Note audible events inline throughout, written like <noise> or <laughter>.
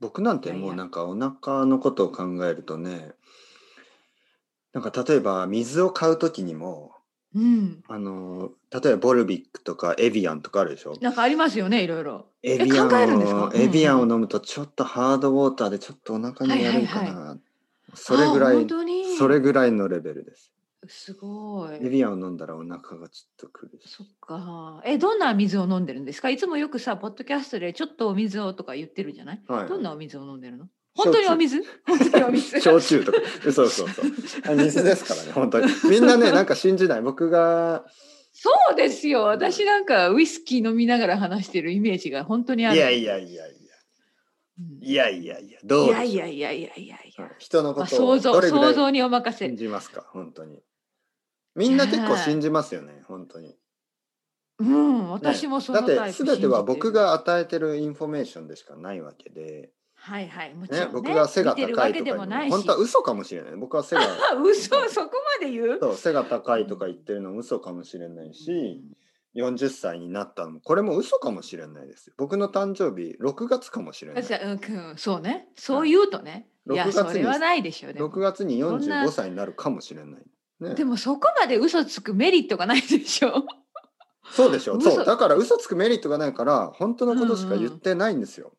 僕なんいてやいもうや。なんかお腹のことを考えるとね、なんか例えば水を買う時にも、うん。あの、例えばボルビックとかエビアンとかあるでしょ。なんかありますよね、いろいろ。エえ、ビア考えるんですンかを、うんエビうアンをん。飲むとちょっとハードウォーターでちょっとお腹はにいやはるいんかはい。な。それああ、ぐら本い、当それに。ぐらいのレベルです。すごエい。ビアンを飲んだらお腹がちょっと苦しそっか。え、どんな水を飲んでるんですかいつもよくさ、ポッドキャストでちょっとお水をとか言ってるじゃないい。はいどんはい。なお水を飲んでるの <laughs> 本焼当にお酎。水本当にお水焼酎と <laughs> か。えそうそうそう。あ水ですからね、本当に。みんなね、なんか信じない。僕が、そうですうよ。ん、私なんかウイスキー飲みながら話してるイメージが本当にあいるやのいやで。いやいや。ういんやいやいや、いどうやでいしょ。やいやいやいやいうや。はい、人のまこあと想をど像、れぐら想い像にお任信せ。じますか、本当に。いみんな結構や信ー、じますよね、本当に。うん、私ね、もそだっのてタイプ全て信はじて僕る。が与えてるインフォメーションでしかないわけで、はいはい、もちね、ろん僕ね。が背見がてるわ高いけとでか言もうのもない本当はし。嘘かもしれない。僕は背が、あ、嘘、はい、そこまで言う、そう背が高ういとか言っんてるのも嘘かもしれないうし、ん、 40歳になったのもこれも嘘かもしれないですよ。僕の誕生日6月かもしれあない。じゃあ、うんうんそうね。そはうい、言うとね。いや、 6そ月れにはないでしょう、で6も。月にそん45な、歳になるかもしれない。でね。もそこまで嘘つくメリットがないでしょ。そうでしょ。そう。嘘。だから嘘つくメリットがないから、本当のうことしかん言っうん。てないんですよ。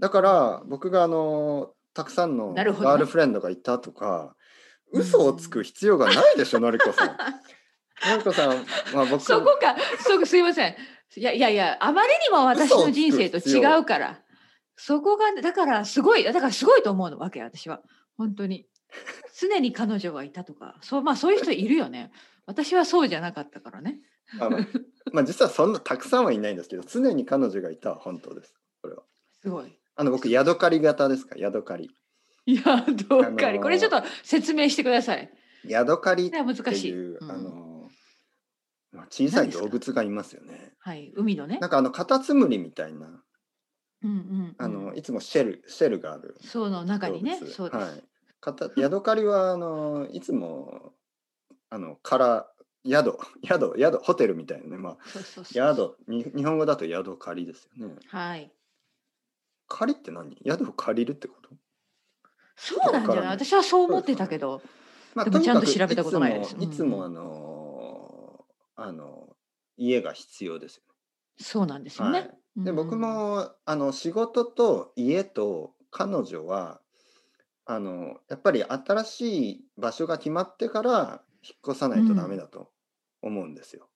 だから僕があのたくさんなのるほどガールね。フレンドがいたとかう嘘をつくん。必要がないでしょのりこ <laughs> さん。のりこさん、まあ、そ僕こか、そこすいません。いやいやいや、あまりにも私嘘のをつ人く生と必違要うから、そこが、だからすごい、だからすごいと思うのわけ、私は。本当に。常に彼女はいたとか、そう、まあそういう人いるよね。私はそうじゃなかったからね。あの、まあ、実はそんなたくさんはいないんですけど常に彼女がいたは本当です。これはすごい。あの僕ヤドカリ型ですからヤドカリ。いや、どあうかり。これちょっのと説明してください。ヤドカリっね、難てしい。いううあん。の、まあ、小さ何いです動か物がいますよね。はい、海のね。なんかあのカタツムリみたいなうんうんうあのん。いつもシェルシェルがある。その中動にね、物そうではす。いかたヤドカリはあのいつもあのから宿宿宿ホテルみたいなねまあそうそうそうそう。宿に日本語だと宿借りですよねはい。借りって何宿を借りるってことそちょっうとわなんかじらゃないない私はそうそう思っですてかたけねど、まあでともちにゃんかとく調べいたこつとないです。もういんうつもあん、のあの家が必要ですよそうなんですよはね。い。うんで、僕うんも、あの、仕事と家と彼女は、あの、やっぱり新しい場所が決まってから引っ越さなういん、とうダメんだと思うんですよ。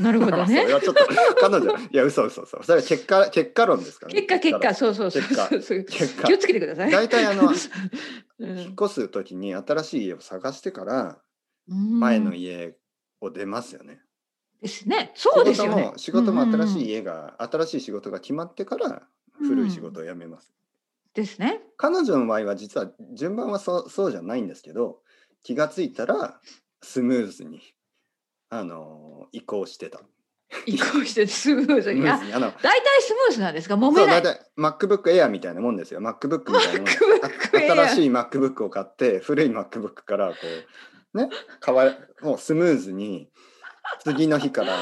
なるほ <laughs> まどあ、そね。れはちょっと、彼女、いや、嘘嘘嘘。それは結果、結果論ですからね、結果結結果果論。そうそうそ結う果、そうそう結気を果。つけてください。大体、あの、 <laughs> う引っん、越すときに新しい家を探してから、う <laughs> 前のん、家を出ますよね。ですね。仕そうです事よね。も、仕うん事もう新んうしいん家が、新しい仕事が決まってから、う古い仕事んを辞めます。ですね。彼女の場合は実は順番はそそうじゃないんですけど気がついたらスムーズに、あのー移行してた移行してスムースズに。ムーあ、ズにあの大体スムーズなんですか。揉そめう大ない。体 MacBook Air みたいなもんですよ MacBook みたいなもんですあ <laughs> MacBook 新 Air。しい MacBook を買って古い MacBook からこうね変わもうスムーズに次の日から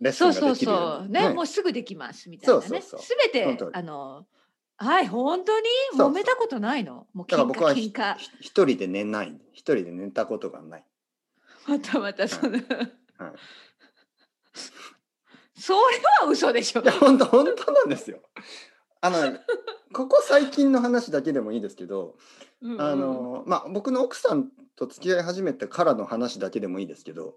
レッスそンうがそでうきるようにそう。ね、もねうすぐできますみたそいうなそうね。そうすべそのて、通りあの、はい、本当にそ揉うめそうたことないの。もうだから喧僕嘩は喧ひ嘩。ひ一人で寝ない一人で寝たことがない、またまたはその。いはい、 <laughs> それは嘘でしょ。いや、本当本当なんですよ。あの、ここ最近の話だけでもいいですけど、うんあうん。の、まあ、僕の奥さんと付き合い始めてからの話だけでもいいですけど、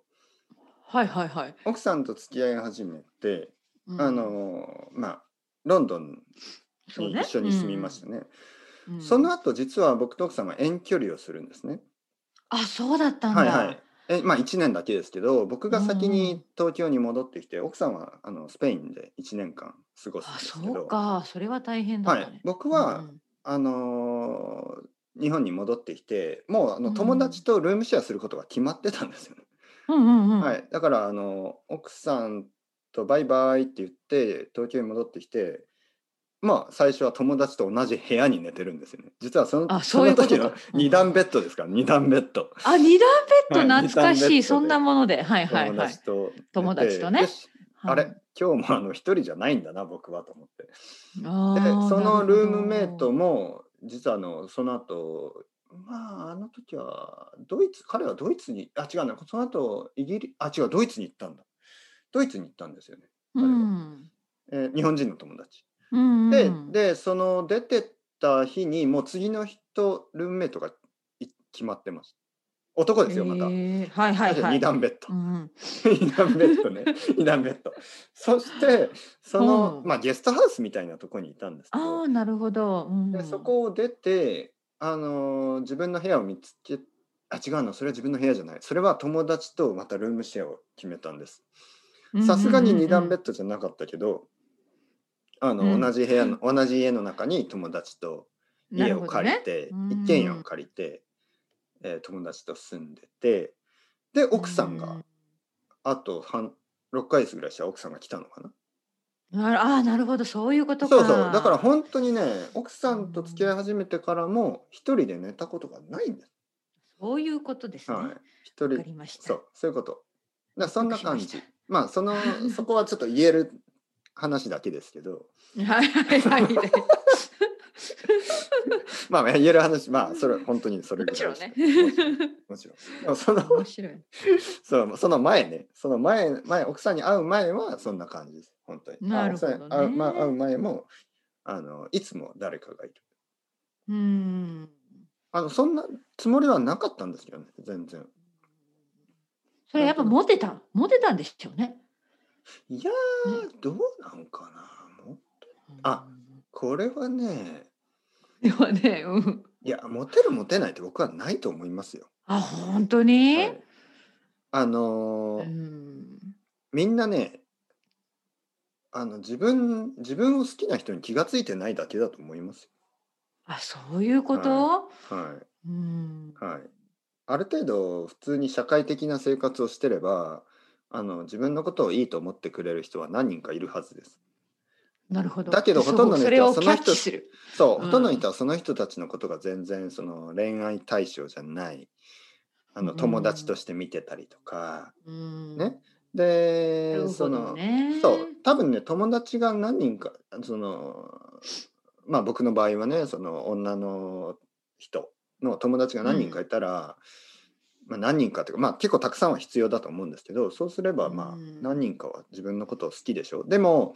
はいはいはい。奥さんと付き合い始めて、うあん。の、まあ、ロンドンそうにね。一緒うに住みましんたね。うん。うそのん。後、実は僕と奥さんは遠距離をするんですね。あ、そうだったんはいはだ。い。え、まあ、1年だけですけど、僕うがん先うにん。東京に戻ってきて、奥さんはあのスペインで1年間過ごすあ、んですけそうど、か。それは大変だっはたい、ね。僕うんうはん。あのー日本に戻ってきてもうあうの友達ん。とルームシェアすることが決まってたんですよね。うんうんうはん。い、だから、あの奥さんとバイバイって言って東京に戻ってきてまあ最初は友達と同じ部屋に寝てるんですよね。実はそのあ、そそういのうこ時とのか。うん2う段ん。ベッドですから2段ベッド。あ、二段ベッドはい、懐2か段ベしッい。ドそんなでもので。はいはい友はい。達と寝友達とてね。でしあれ今日もあの一人じゃないんだな僕はと思ってでそでそのルームメイトも実はあのその後まああの時はドイツ彼はドイツにあ違うなその後イギリあ違うドイツに行ったんだドイツに行ったんですよね、うんえー日本人の友達うんでうんでその出てった日にもう次の日とルームメイトがい決まってます男ですよまた、へーはいはいはい二段ベッドう、ん <laughs> 二段ベッドね二段ベッドそしてその、うんまあ、ゲストハウスみたいなとこにいたんですけあどあなるほど、うんでそこを出て、あのー自分の部屋を見つけあ違うのそれは自分の部屋じゃないそれは友達とまたルームシェアを決めたんですさすがに二段ベッドじゃなかったけど、あのうん同じ部屋の同じ家の中に友達とな家るをほど借りねて、うん一軒家を借りて、えー友達と住んでてで奥さんが、あと半6ヶ月ぐらいしたら奥さんが来たのかなうんなるああなるほどそういうことかそうそうだから本当にね奥さんと付き合い始めてからも一人で寝たことがないんです、そういうことですね、はいわ一か人りましたそうそういうことだからそんな感納得しじまあその <laughs> そこはちょっと言える話だけですけどましたはいはいはいはいまあ言える話まあそれ本当にそれもぐらいちろんしかねもちろんもちろんでもその <laughs> 面白いそうその前ねその前前奥さんに会う前はそんな感じです本当になるほどねあ奥さんに会う,、まあ、会う前もあのいつも誰かがいるうんあのそんなつもりはなかったんですけどね全然それやっぱモテたモテたんでしょうねいやーどうなんかなもうあこれはねではね、うん、いやモテるモテないって僕はないと思いますよ、あ本当に、はいあのうーんみんなねあの自分自分を好きな人に気がついてないだけだと思いますあそういうこと、よはいうんはい、ある程度普通に社会的な生活をしてればあの自分のことをいいと思ってくれる人は何人かいるはずです。なるほどだけどほとんどの人はそうそれをそキのャ人ッチするそう、うんほとんどの人はその人たちのことが全然その恋愛対象じゃないあのうん友達として見てたりとか、うんねで、なるそほどのねそう多分ね友達が何人かそのまあ僕の場合はねその女の人の友達が何人かいたら、まあ、何人かというか、まあ、結構たくさんは必要だと思うんですけどそうすればまあうん何人かは自分のことを好きでしょでも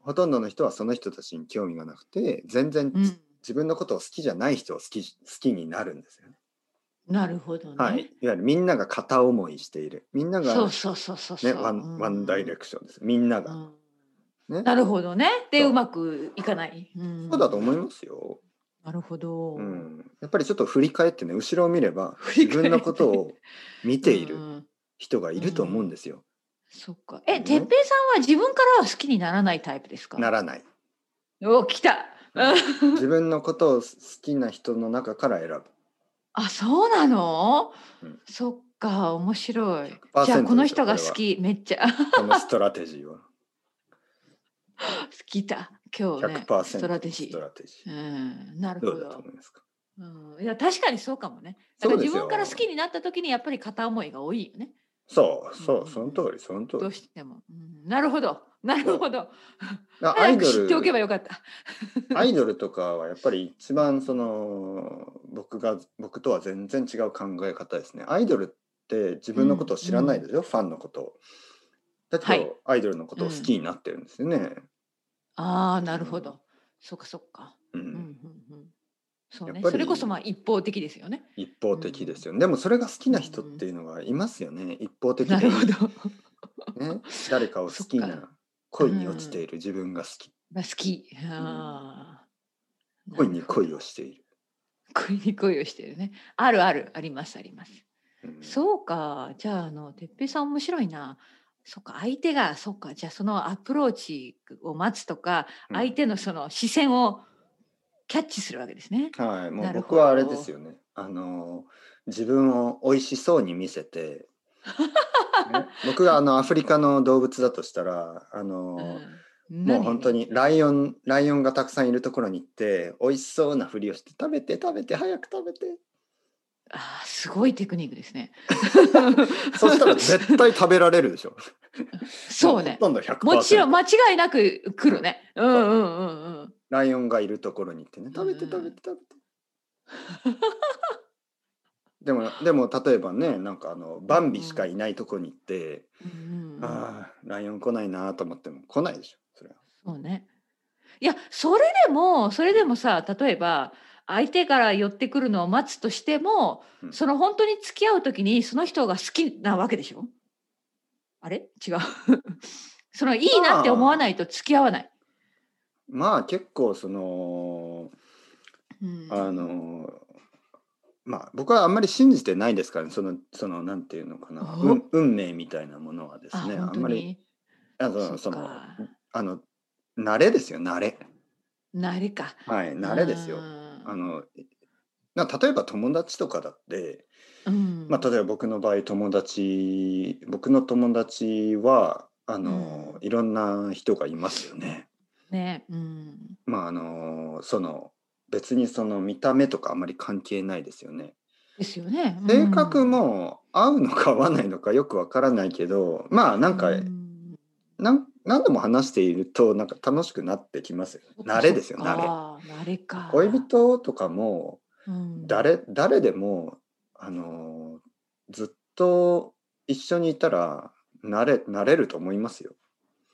ほとんどの人はその人たちに興味がなくて全然、うん自分のことを好きじゃない人を好き好きになるんですよね。なるほどね、はい、いわゆるみんなが片思いしているみんなが、そうそうそうそうそう、ね、ワンワンダイレクションですみんなが。うんねなるほどねでそううまくいかない、うん、そうだと思いますよ、なるほど、うん、やっぱりちょっと振り返ってね後ろを見れば振り自返って分のことを見ていうるん人がいると思うんですよ、そっかえねてっぺいさんは自分からは好きにならないタイプですかならないお来た、自分のことを好きな人の中から選ぶ <laughs> あそうなの、うんそっか面白い100%じゃあこの人が好きめっちゃ <laughs> 好このストラテジ <laughs> ーはきだ今日ね100%ストラテジストーラテジーうんなるほどうだとど思いますかうん、いや確かにそうかもねだかそらうで自すよ分から好きになった時にやっぱり片思いが多いよねそううんそうんうその通りその通どうりしても、うん、なるほどなるほどだからア早イくド知っておけばルよかった <laughs> アイドルとかはやっぱり一番その僕が僕とは全然違う考え方ですねアイドルって自分のことを知らないでしょ、ファンのことをだけど、はいアイドルのことを好きになってるんですよね、ああなるほど、そっかそっかうんうんうんうんそうやねっぱりそれこそまあ一方的ですよね一方的ですよね、でもそれが好きな人っていうのがいますよね、一方的でなるほど <laughs> ね、誰かを好きそっな恋に落ちている自分が好き、まあ好き。あー恋に恋をしている、恋に恋をしてるね。あるあるありますあります。うんそうか。じゃああのてっぺいさん面白いな。そっか相手がそっかじゃあそのアプローチを待つとか、うん相手のその視線をキャッチするわけですね。はいもなうるほ僕どはあれですよねあの自分を美味しそうに見せて、 <laughs> ね僕があのアフリカの動物だとしたらあの、うんもう本当に。にライオンライオンがたくさんいるところに行って美味しそうなふりをして食べて食べて早く食べて。あーすごいテクニックですね <laughs> そしたら絶対食べられるでしょ。 <laughs> そうほね。とんど100%。もちろん間違いなく来るね。うんうんうんうん。ライオンがいるところに行ってね食べて食べて食べて。でもでも例えばねなんかあのバンビしかいないところに行って、うんうんうんああライオン来ないなと思っても来ないでしょそれは。そうね。いやそれでもそれでもさ例えば相手から寄ってくるのを待つとしても、うんその本当に付き合う時にその人が好きなわけでしょあれ違う <laughs> そのいいなって思わないと付き合わない。まあ結構そのうんあのまあ僕はあんまり信じてないですから、ね、そのそのなんていうのかな、おうん運命みたいなものはですねああ本ん当まりにあそそのっそのかあの慣れですよ慣れ慣れか。はい慣れですよ。ああーのな例えば友達とかだって、うんまあ、例えば僕の場合友達僕の友達はあの、うんいろんな人がいますよね。ね、うん、まああのその別にその見た目とかあんまり関係ないですよね。ですよね。性格も合うのか合わないのかよくわからないけどまあうなんか、うんなん何度も話しているとなんか楽しくなってきますよね慣れですよそっか慣れ。慣れか。恋人とかもうん誰誰でもあのーずっと一緒にいたら慣れ慣れると思いますよ。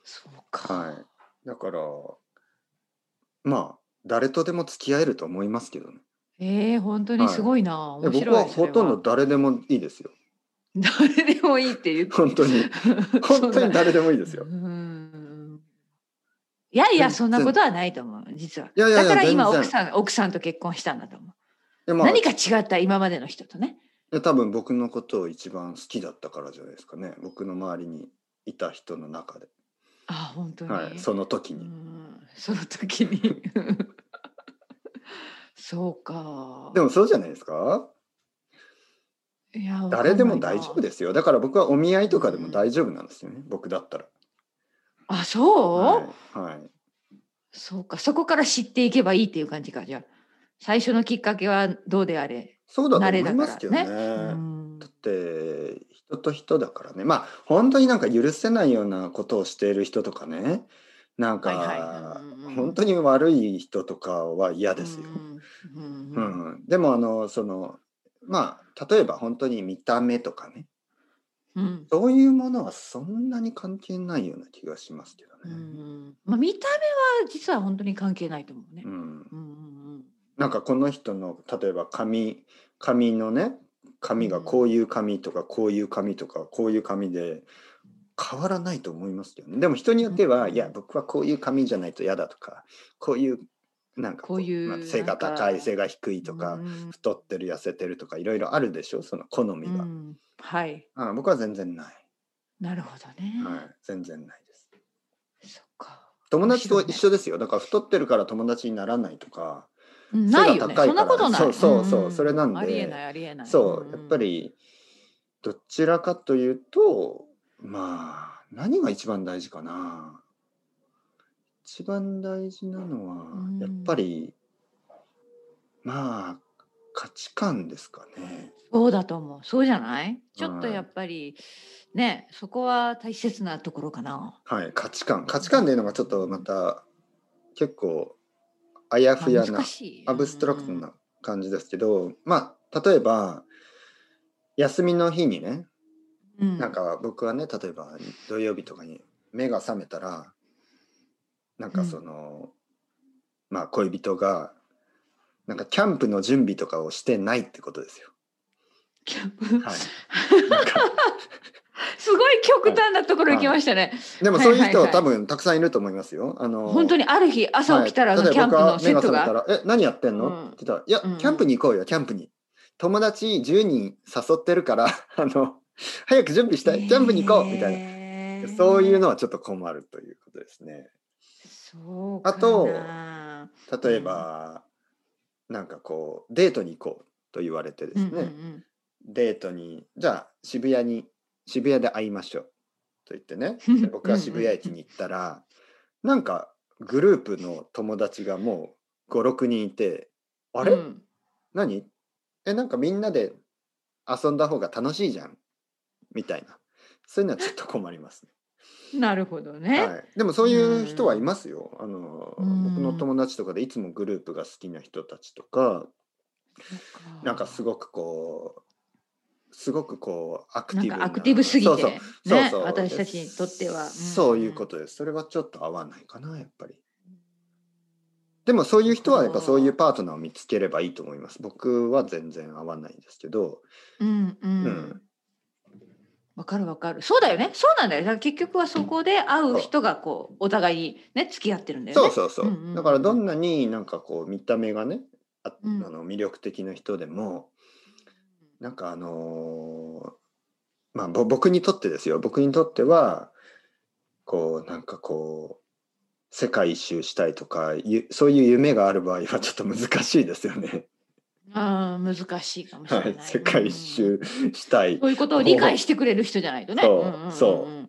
そうか。はい、だからまあ誰とでも付き合えると思いますけどね。ええ本当にすごいな。で僕面白いはほとんど誰でもいいですよ。 <laughs> それは誰でもいいって言って。本当 <laughs> に本当に誰でもいいですよう。んいやい全然や、そんなことはないと思う、実は。いやいやいやだから全今、然奥さん、奥さんと結婚したんだと思う。でまあ何か違った、今までの人とね。で多分僕のことを一番好きだったからじゃないですかね。僕の周りにいた人の中で、あ、本当に。はい、その時うに。んその時に。 <laughs> そうか。でもそうじゃないですか。いや誰でも大丈夫す。ですよ。だから僕はお見合いとかでも大丈夫なんですよね。僕だったら。あ、そう、はい、はい。そうか。そこから知っていけばいいっていう感じか。じゃあ、最初のきっかけはどうであれ。そうだと思いますけどね。慣うんだって人と人だからね。まあ本当になんか許せないようなことをしている人とかね。なんか、はいはいうんうんうん本当に悪い人とかは嫌ですよ。うんうんううんん、でもあのそのまあ例えば本当に見た目とかねうんそういうものはそんなに関係ないような気がしますけどうね。んまあ、見た目は実は本当に関係ないと思うねう。ん、うんうんうんなんかこの人の例えば髪髪のね髪がこういう髪とかこういう髪とかこういう髪で変わらないと思いますけどねでも人によっては、うんいや僕はこういう髪じゃないと嫌だとかこういうなんかこういうまあ背がな高んいか背が低いとか、うん太ってる痩せてるとかいろいろあるでしょその好みうが、んはい。あ僕は全然ない、なるほどね。はい、全然ないですそっか。友達と一緒ですよだから太ってるから友達にならないとかうんない背がよ高いからね。そんなことない。そうそうそうんんそれなんでありえないありえない。そうんんやっぱ。りどちらかというとまあ何が一番大事かな一番大事なのはうんやっぱりまあ価値観ですかね。そうだと思う。そうじゃないちょっとやっぱり、ね、そこは大切なところかな。はい価値観価値観っていうのがちょっとまた結構あやふやまあな難しい。アブストラクトな感じですけどまあ例えば休みの日にねうん、うんなん、か僕はね例えば土曜日とかに目が覚めたらなんかその、まあ恋人がなんかキャンプの準備とかをしてないってことですよ。キャンプはい、なん <laughs> かすごい極端なところ行きましたね。でもそういう人はいはいははい多分たくさんいると思いますよ。あの本当ににある日朝起きたら、あのキャンプのセットが。ら「え何やってんのうっんて言ったら「いやうんキャンプに行こうよキャンプに」友達10人誘ってるから <laughs> あの早く準備したいキャンプに行こうみたいな、なそういうの。のはちょっと困るということですね。そうかなあと例えば、なんかこうデートに行こうと言われてですね、うんうんデートにじゃあ渋谷に渋谷で会いましょうと言って <laughs> ねで僕が渋谷駅に行ったらなんかグループの友達がもう56人いて「うんあれ、うん何えなんかみんなで遊んだ方が楽しいじゃんみたいなそういうのはちょっと困りますね。なるほどね。はい、でもそういう人はいますよ。あのうん僕の友達とかでいつもグループが好きな人たちとかなんかすごごくこうすごくこうアクティなブんかアクティブすぎてそうそうねそうそう私たちにとっては、んそういうことです。それはちょっと合わないかな、やっぱり。でもそういう人はやっぱそういうパートナーを見つければいいと思います。僕は全然合わないんですけど、うんううんん。わかるわかる。そうだよね。そうなんだよ。だから結局はそこで会う人がこうお互いにね付き合ってるんだよそね。うそうそう。うんうんだからどんなになんかこう見た目がね、あうんあの魅力的な人でも、なんかあのーまあぼ僕にとってですよ。僕にとっては、こうなんかこう、世界一周したいとかゆそういう夢がある場合はちょっと難しいですよ <laughs> ね。ああ難しいかもしれはない。い、世界一周したいうん。そういうことを理解してくれる人じゃないとね。そううんんんんそう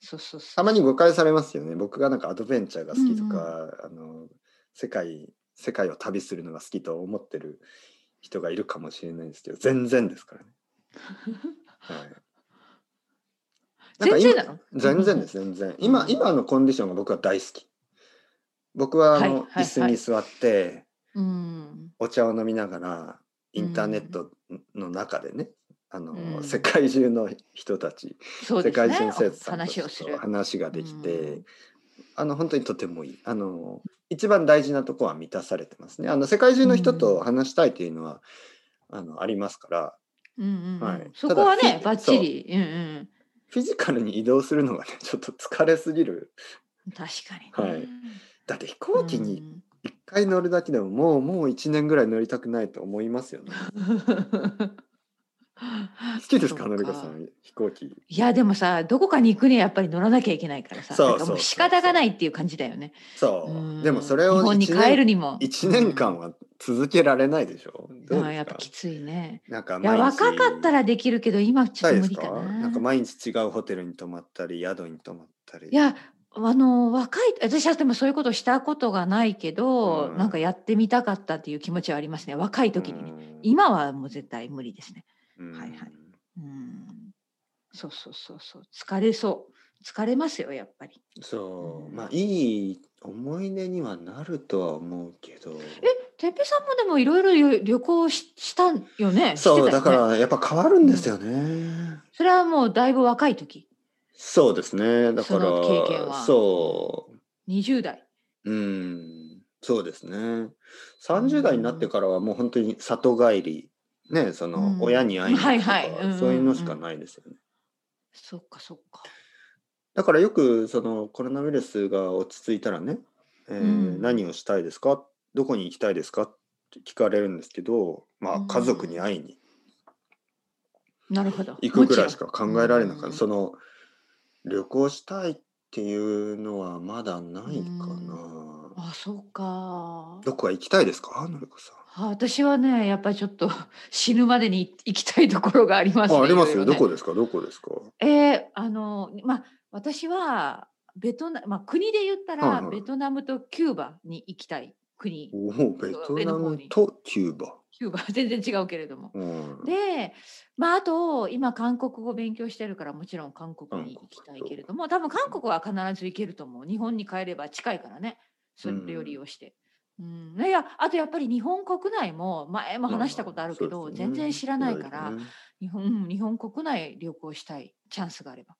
そうそうそう。たまに誤解されますよね僕がなんかアドベンチャーが好きとか、あの世界世界を旅するのが好きと思ってる人がいるかもしれないんですけど全然です <laughs> からね、はい、なんか全今然なの。。全然ですす全然今今のコンディションが僕は大好き僕はあの、はいは椅い子に座ってうん。お茶を飲みながらインターネットの中でね、あのうん世界中の人たちそう世です界ね中の。生徒さんと話をちすょっとる。話ができて、うんあの本当にとてもいいあの一番大事なとこは満たされてますねあの世界中の人と話したいというのは、あのありますからうんうんうんはいそこはただねひバッチリ。うんうん。フィジカルに移動するのがね <laughs> ちょっと疲れすぎる確かにね。はいだって飛行機うにん1回乗るだけでももうもう1年ぐらい乗りたくないと思います <laughs> よね好きですかそうのかりこさん飛行機 <laughs> いやでもさどこかに行くにはやっぱり乗らなきゃいけないからさそうなんかもそうそう仕方がないっていう感じだよね。そう、うんでもそれを日本に1帰る年にも1年間は続けられないでしょ、ううんどうあーですやっぱかきついね。なんかいや毎日若かったらできるけど今ちょたっいでと無す理かかな。なんか毎日違うホテルに泊まったり宿に泊まったりいやあの若い私はでもそういうことしたことがないけど、うんなんかやってみたかったっていう気持ちはありますね若い時にね、うん今はもう絶対無理ですね。うんはいはいうんそうそうそうそう疲れそう疲れますよやっぱり。そううんまあいい思い出にはなるとは思うけどてっぺさんもでもいろいろ旅行ししたんよね。してたそようねだからやっぱ変わるんですよね、それはもうだいぶ若い時そうですねだからその経験はそ20代。ううんそうですね30代になってからはもう本当に里帰りねそのうん親に会いに行くとか、はいはいうんそういうのしかないですよねそっかそっか。だからよくそのコロナウイルスが落ち着いたらね、えーうん何をしたいですかどこに行きたいですかって聞かれるんですけど、まあ、うん家族に会いになるほど。行くぐらいしか考えられなかった、うんその旅行したいっていうのはまだないかな、あそうか。どこか行きたいですかのりこさんあ私はねやっぱりちょっと死ぬまでに行きたいところがあります、ね。あありますよ、いろいろどねこですかどこですかえーあのまあ私はベトナまあ国で言ったら、はいはいベトナムとキューバに行きたい国。おおベトナムとキューバ、キューバは全然違うけれども。うん、で、まあ、あと今韓国語勉強してるからもちろん韓国に行きたいけれども多分韓国は必ず行けると思う日本に帰れば近いからねそれを利用して。うんいやあとやっぱり日本国内も前も話したことあるけど、そうですね全然知らないから、そうですね日本うん日本国内旅行したいチャンスがあれば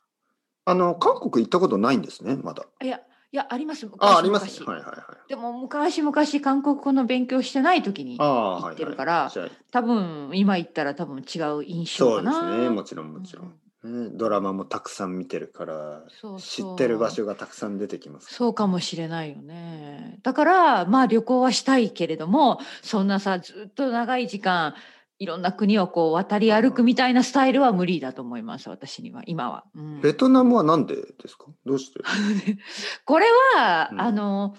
あの韓国行ったことないんですねまだいやいやあります昔あありますね昔はいはいはいでも昔々韓国語の勉強してない時にああ行ってるからはいはいじゃあ多分今行ったら多分違う印象そうでかなすねもちろんもちろうんん、ねドラマもたくさん見てるからそう知そうってる場所がたくさん出てきますそうかもしれないよね。だからまあ旅行はしたいけれどもそんなさずっと長い時間いろんな国をこう渡り歩くみたいなスタイルは無理だと思います私には今は。うん <laughs> ベトナムはなんでですかどうしてこれは、うんあの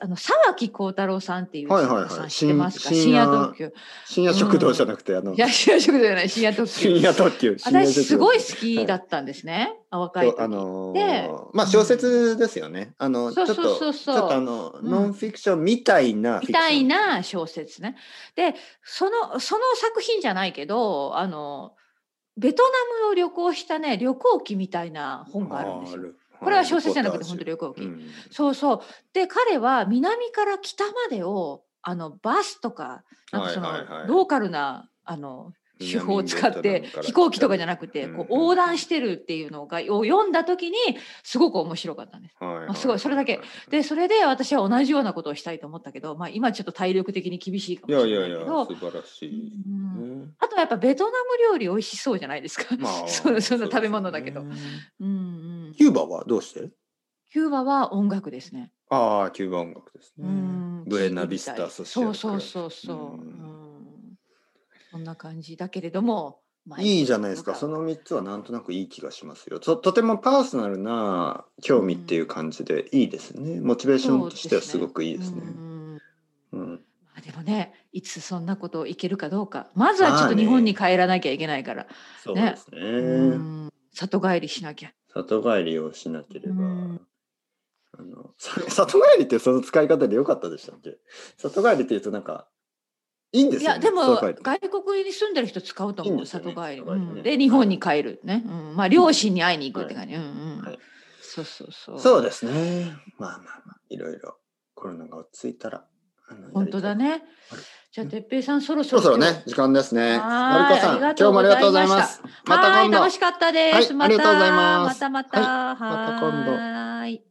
あの沢木幸太郎さんっていうはいはいはい作家さん知ってますか深深夜深夜特急。深夜食堂じゃなくて、あのい、や、深夜食堂じゃない、深夜特深急。夜特急。深夜私、すごい好好きだったんですね。あ若いき時。あのでー、まあ小説ですよね。あの、ちそょうっそと、うちそょっうそうとあの、うんノンフィクションみたいなフィクショみン。たいな小説ね。で、その、その作品じゃないけど、あの、ベトナムを旅行したね、旅行記みたいな本があるんですよ。るこれは小説じゃなくて、本当旅行記。うんそうそう。で、彼は南から北までを、あの、バスとか、なんかその、はいはいはいローカルな、あの、手法を使って飛行機とかじゃなくてこう横断してるっていうのがを読んだ時にすごく面白かったんです。はいはいあすごいそれだけ。でそれで私は同じようなことをしたいと思ったけど、まあ、今ちょっと体力的に厳しいかいもしやいれなやいいや、けど素晴らしい。うんねあとはやっぱベトナム料理美味しそうじゃないですか、まあ <laughs> そそんな食べ物だけど。うそうですねんうんキューバはどうしてキューバは音楽ですね。ああ、キューバ音楽ですうねん。ブエナビスタソそうシアルそうそうそう。ううんんそんな感じだけれども、まあいいじゃないですか。その3つはなんとなくいい気がしますよ。ととてもパーソナルな興味っていう感じでいいですね。モチベーションとしてはすごくいいですね。うんうんまあでもね、いつそんなこといけるかどうか、まずはちょっと日本に帰らなきゃいけないから、そうですうね。ん里帰りしなきゃ。里帰りをしなければうん。あのさ <laughs> 里帰りってその使い方で良かったでしたっけ里帰りって言うとなんかいいんでいすよ、やね、でも里帰り外国に住んでる人使うといい思んうですよ里ね帰り、里帰りねうんで日本に帰るね、うん、まあ両親に会いに行くって感じ、うんうんはいそうそうそうそうですね。まあまあまあ、いろいろコロナが落ち着いたら。あの本当だ。ねはいじゃあ哲平さんそろやそりたいそろろそろね、時間ですね。はーいマリカさん、あ今日りがとうもあごりざいましがとうござたいます。またはい今度楽。しかったです、はいまたありがとうございますまたまた、まはた今度ーい